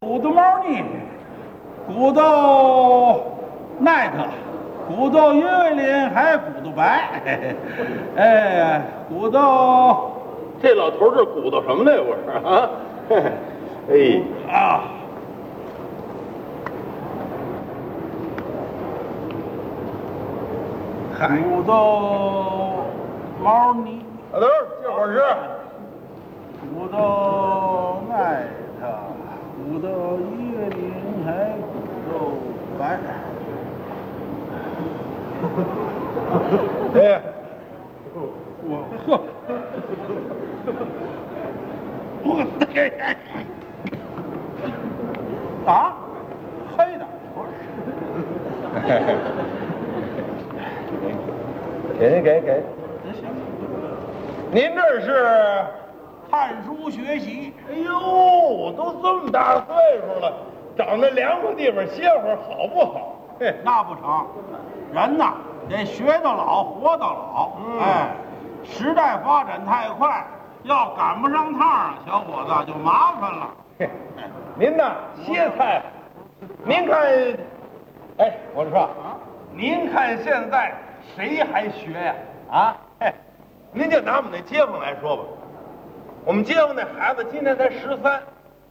Good morning,古到 night，古到月亮还古到白， 哎，古到这老头儿这鼓捣什么来？我说啊，哎，啊，古到猫泥，老头儿，这会儿是古到 night，古到月亮还古到白，哎，我呵，我嘿啊，黑的，不是。给给给，您这是？看书学习，哎呦，都这么大岁数了，找那凉快地方歇会儿好不好？嘿，那不成。人呐，得学到老，活到老。嗯哎，时代发展太快，要赶不上趟儿，小伙子就麻烦了。嘿您呐，歇菜，您看，哎，我说，您看现在谁还学呀、啊？嘿您就拿我们那街坊来说吧，我们街坊那孩子今年才十三，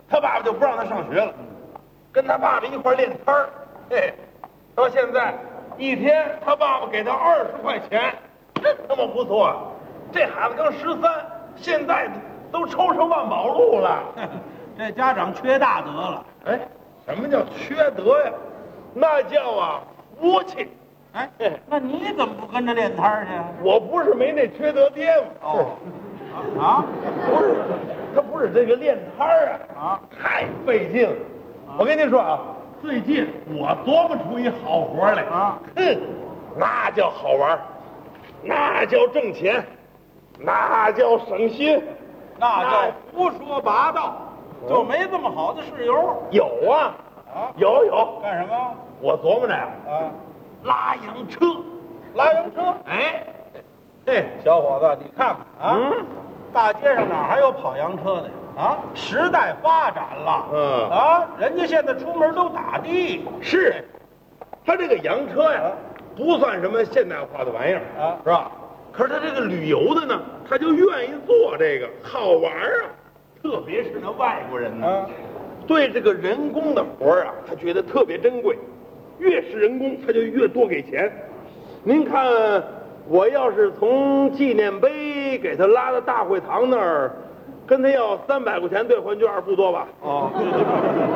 他爸爸就不让他上学了，跟他爸爸一块儿练摊儿，嘿，到现在一天他爸爸给他二十块钱，真他妈不错、啊，这孩子刚十三，现在都抽上万宝路了。 这家长缺大德了。哎，什么叫缺德呀？那叫啊无气！哎，那你怎么不跟着练摊儿去啊？我不是没那缺德爹吗？哦，啊不是，他不是这个练摊儿啊，啊，太费劲了。我跟您说啊，最近我琢磨出一好活来啊，哼，那叫好玩儿，那叫挣钱，那叫省心，那就胡说八道，就没这么好的事由。有啊，啊有有，干什么？我琢磨着呀，啊，拉洋车，拉洋车。哎，嘿，小伙子，你看看啊，嗯大街上哪还有跑洋车的呀？啊，时代发展了，嗯啊，人家现在出门都打的是，他这个洋车呀，不算什么现代化的玩意儿啊是吧？可是他这个旅游的呢，他就愿意做这个，好玩儿啊。特别是那外国人呢，啊，对这个人工的活儿啊，他觉得特别珍贵，越是人工，他就越多给钱。您看，我要是从纪念碑给他拉到大会堂那儿，跟他要三百块钱兑换券儿，不多吧？哦，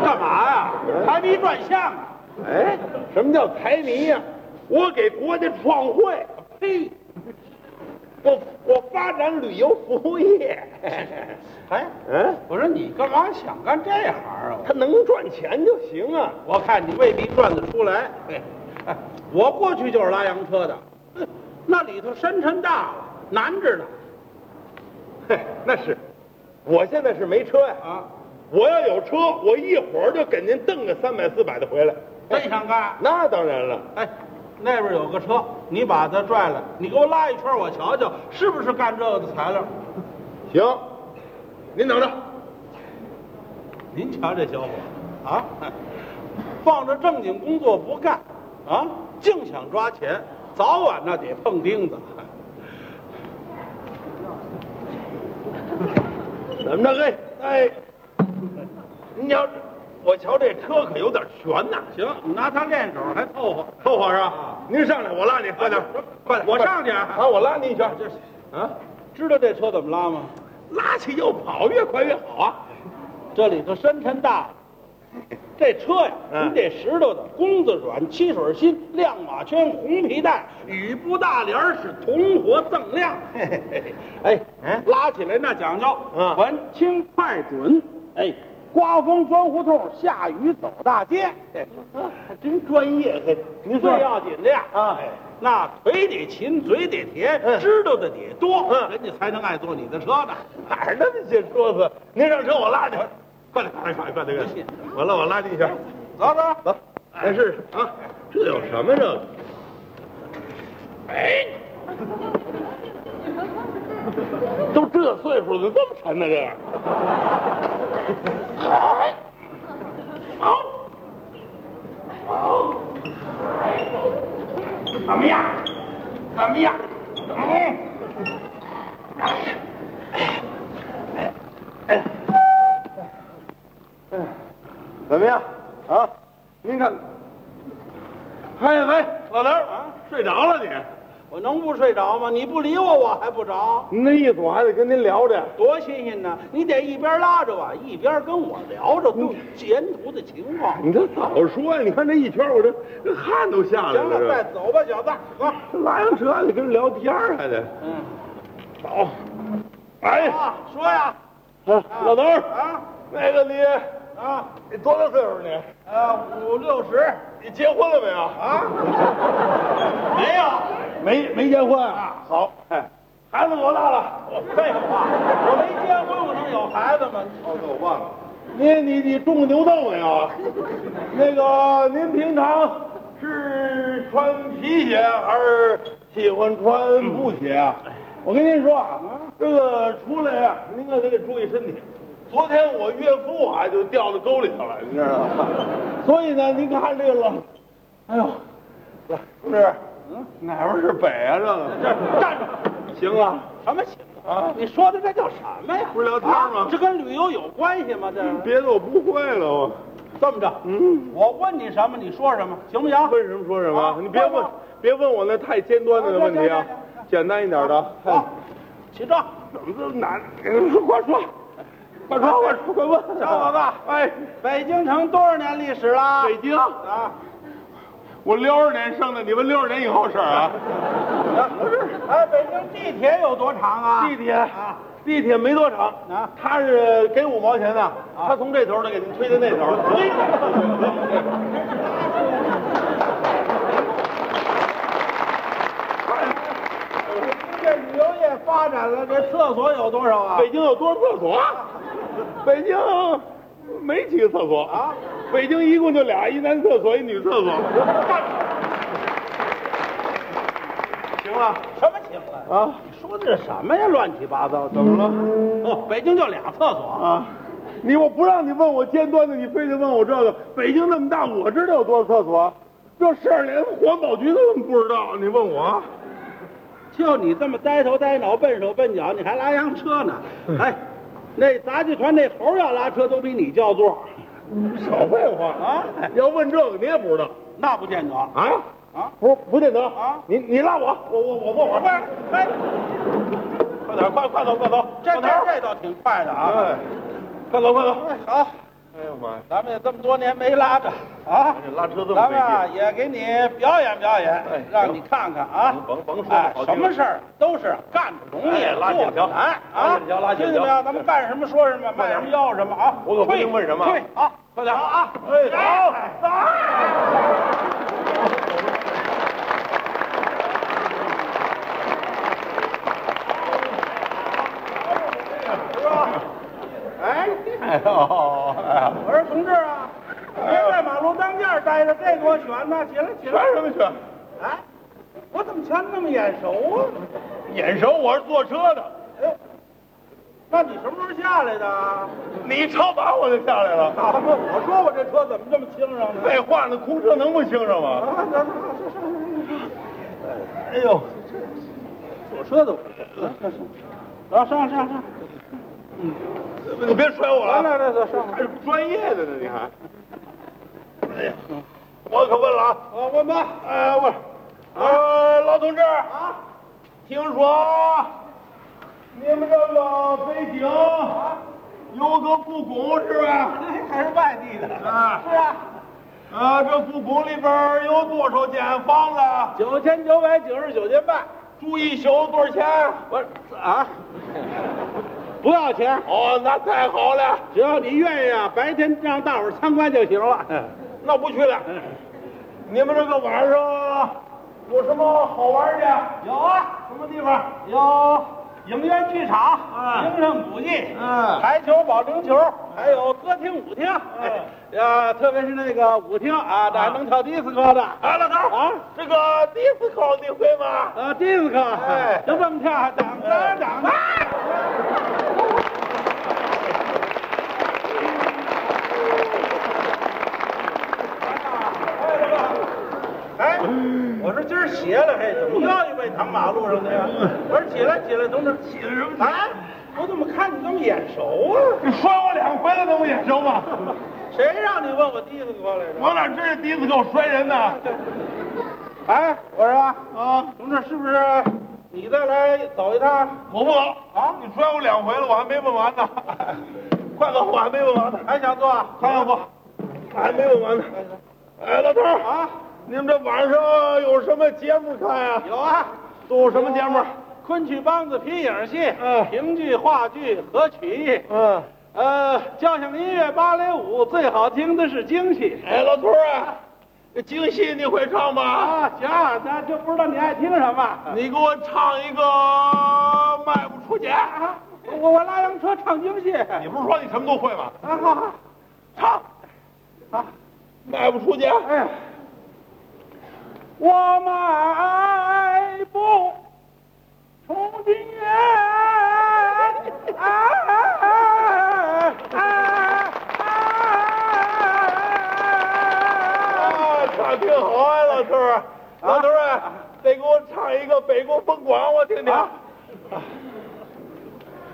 干嘛呀、还没转向啊，哎，什么叫财迷呀、我给国家创汇，嘿，我我发展旅游服务业。 哎，嗯，我说你干嘛想干这行啊？他能赚钱就行啊。我看你未必转得出来。哎， 我过去就是拉洋车的， 哼那里头深沉大了，难着呢。嘿，那是，我现在是没车呀、啊，我要有车，我一会儿就给您蹬个三百四百的回来。真想干。那当然了，哎，那边有个车，你把它拽来，你给我拉一圈，我瞧瞧是不是干这个的材料。行，您等着。您瞧这小伙子啊，放着正经工作不干啊，净想抓钱，早晚那得碰钉子。怎么着？嘿，哎，您瞧，我瞧这车可有点悬呐、行，你拿它练手还凑合。凑合是吧？您上来，我拉你，快点，啊快点，我上去啊啊！我拉你一圈，啊，知道这车怎么拉吗？拉起又跑，越快越好啊！这里头深沉大 了。这车呀，嗯你得石头的，弓子软，漆水新，亮马圈，红皮带，雨布大帘儿是铜火锃 亮。哎，嗯拉起来那讲究，嗯文清快准。哎，刮风钻胡同，下雨走大街。还哎啊真专业，嘿，您最说要紧的呀，啊哎那腿得勤，嘴得甜，嗯知道的得多，嗯人家才能爱坐你的车呢。哪儿那么些说辞？您上车，我拉你，快点，快点，快点，快点，快点我拉，我拉你一圈，走走。走，来试试啊！这有什么这个？哎，都这岁数了，这么沉呢？这个，哎，怎么样啊？您看，哎喂，老刘啊睡着了你？我能不睡着吗？你不理我，我还不着，您那意思我还得跟您聊着。多新鲜呢！你得一边拉着我，一边跟我聊嗯着对沿途的情况。你这早说呀！你看这一圈，我这这汗都下来行了，了。这快走吧，小子，走。这拉洋扯，你跟人聊天儿还得嗯，走。哎，啊，说呀，老头儿，啊那个你啊，你多大岁数你？呃，五六十你结婚了没有？啊，没有，没没结婚啊？好，哎，孩子多大了？废话，我没结婚，我能有孩子吗？哦，对，我忘了。你你你种过牛豆没有？那个，您平常是穿皮鞋还是喜欢穿布鞋啊？我跟您说啊，这个出来呀、您可得注意身体。昨天我岳父啊就掉到沟里头了，你知道吗？所以呢，您看这个老，哎呦，是，嗯哪边是北啊？这个站住！行啊，什么行啊你说的这叫什么呀？不是聊天吗啊这跟旅游有关系吗？这别的我不会了我。这么着，嗯，我问你什么，你说什么，行不行？问什么说什么，啊你别问问吧，别问我那太尖端的问题啊啊行行行，简单一点的。好，起床。怎么这么难？说快说，快说，快说，快问，小伙子哎，北京城多少年历史了？北京，啊，我六十年生的，你们六十年以后事儿啊？不是，哎，北京地铁有多长啊？地铁啊，地铁没多长啊他是给五毛钱的，他从这头的给您推到那头儿。这旅游业发展了，这厕所有多少啊？北京有多少厕所啊？北京没几个厕所啊！北京一共就俩，一男厕所，一女厕所。行了什么情况？啊，你说的是什么呀？乱七八糟，怎怎么？了？哦，北京就俩厕所，啊，你我不让你问我尖端的，你非得问我这个。北京那么大，我知道有多少厕所？这事儿连环保局都不知道，你问我？就你这么呆头呆脑、笨手笨脚，你还拉洋车呢？哎，那杂技团那猴要拉车都比你叫座少废话！啊？要问这个你也不知道那不见得啊？啊！不不见得啊你你拉我，我我我坐我不是，哎，快点，快快走快走，这快这走这倒挺快的啊！哎，快走快走！哎，好，哎呦妈呀，咱们也这么多年没拉着啊，这拉车这么咱费们啊劲，也给你表演表哎演，让你看看啊甭。甭甭说了哎，好听什么事儿都是干的容易哎，拉做紧条的难拉啊紧条拉！紧条听见没有？咱们干什么说什么，卖什么要什么啊！我可不退定问什么退啊！快点啊！哎哎走走！哎，哎呦，哎呀我说同志啊，别在马路当间儿待着，这给我选呢！起来起选来！什么选？哎，我怎么瞧你那么眼熟啊？眼熟，我是坐车的。哎，那你什么时候下来的啊？你超把我就下来了。啊，不，我说我这车怎么这么轻省呢？废话，那空车能不轻省啊，吗？那那那哎呦，坐车的，啊，上上上，你别甩我来了，来来来上。还是专业的呢，你还。哎呀，我可问了啊，我问吧，哎，问，呃，老同志，啊，听说你们这个北京有个故宫是吧？还是外地的，啊是啊，啊，这故宫里边有多少间房啊？九千九百九十九斤半，住一宿多少钱？我啊，不要钱，哦，那太好了，只要你愿意啊，白天让大伙儿参观就行了。那不去了。你们这个晚上啊有什么好玩的？有啊，什么地方？有影院剧场、嗯名胜古迹、嗯台球、保龄球，还有歌厅、舞厅。哎呀，特别是那个舞厅啊，这还能跳迪斯科的。哎，老头儿啊这个迪斯科你会吗？啊，迪斯科哎，就这么跳，当当当当。哎，我说今儿邪了，嘿，怎么又一位躺马路上的呀？我说起来起来，等等，起来什么？啊，我怎么看你这么眼熟啊？你摔我两回了的东西行吗？谁让你问我第一次过来着？我哪知道迪斯科摔 人呢？哎，我说啊，同志，是不是你再来走一趟？我不走，啊，你摔我两回了，我还没 问完呢。快走，我还没问完呢。还想坐？啊看要不，还没问完呢。哎，老头儿啊，你们这晚上有什么节目看呀、有啊，都有什么节目？昆曲梆子、皮影戏、嗯评剧、话剧、合曲艺，嗯，呃，交响音乐、芭蕾舞，最好听的是京戏。哎，老头儿啊，这京戏你会唱吗？啊，行，咱就不知道你爱听什么。你给我唱一个卖不出去。啊我我拉洋车唱京戏。你不是说你什么都会吗？啊啊，好好，唱，好，卖不出去。啊哎呀，我迈步从今远，啊，唱挺好啊，老头儿，老头儿啊，得给我唱一个《北国风管》，我听听。啊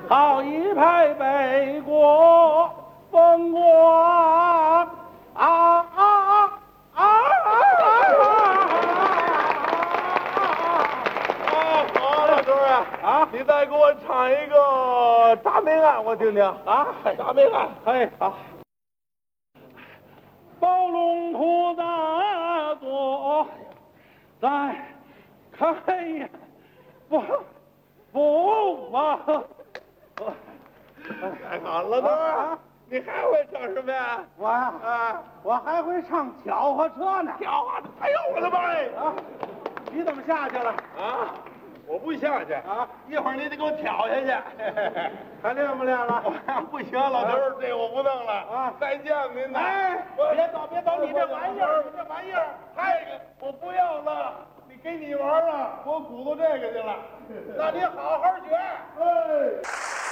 好一派北国风光啊啊啊啊！啊，好，老头儿啊，啊你再给我唱一个《铡美案》，我听听。啊！铡美案，哎，好。包龙图大左，再看呀，不不啊！太好了，老头儿啊，你还会唱什么呀？我啊，我还会唱搅和车呢。跳啊！哎呦，我的妈呀！啊，你怎么下去了？啊，我不下去啊！一会儿你得给我挑下 去。 还练不练了？不行，老头儿，这我不弄了啊再见您呐！哎我别走别走你这玩意儿我这玩意儿，太我不要了，你给啊 嗯你玩儿了，我鼓捣这个去了。那你好好学。哎。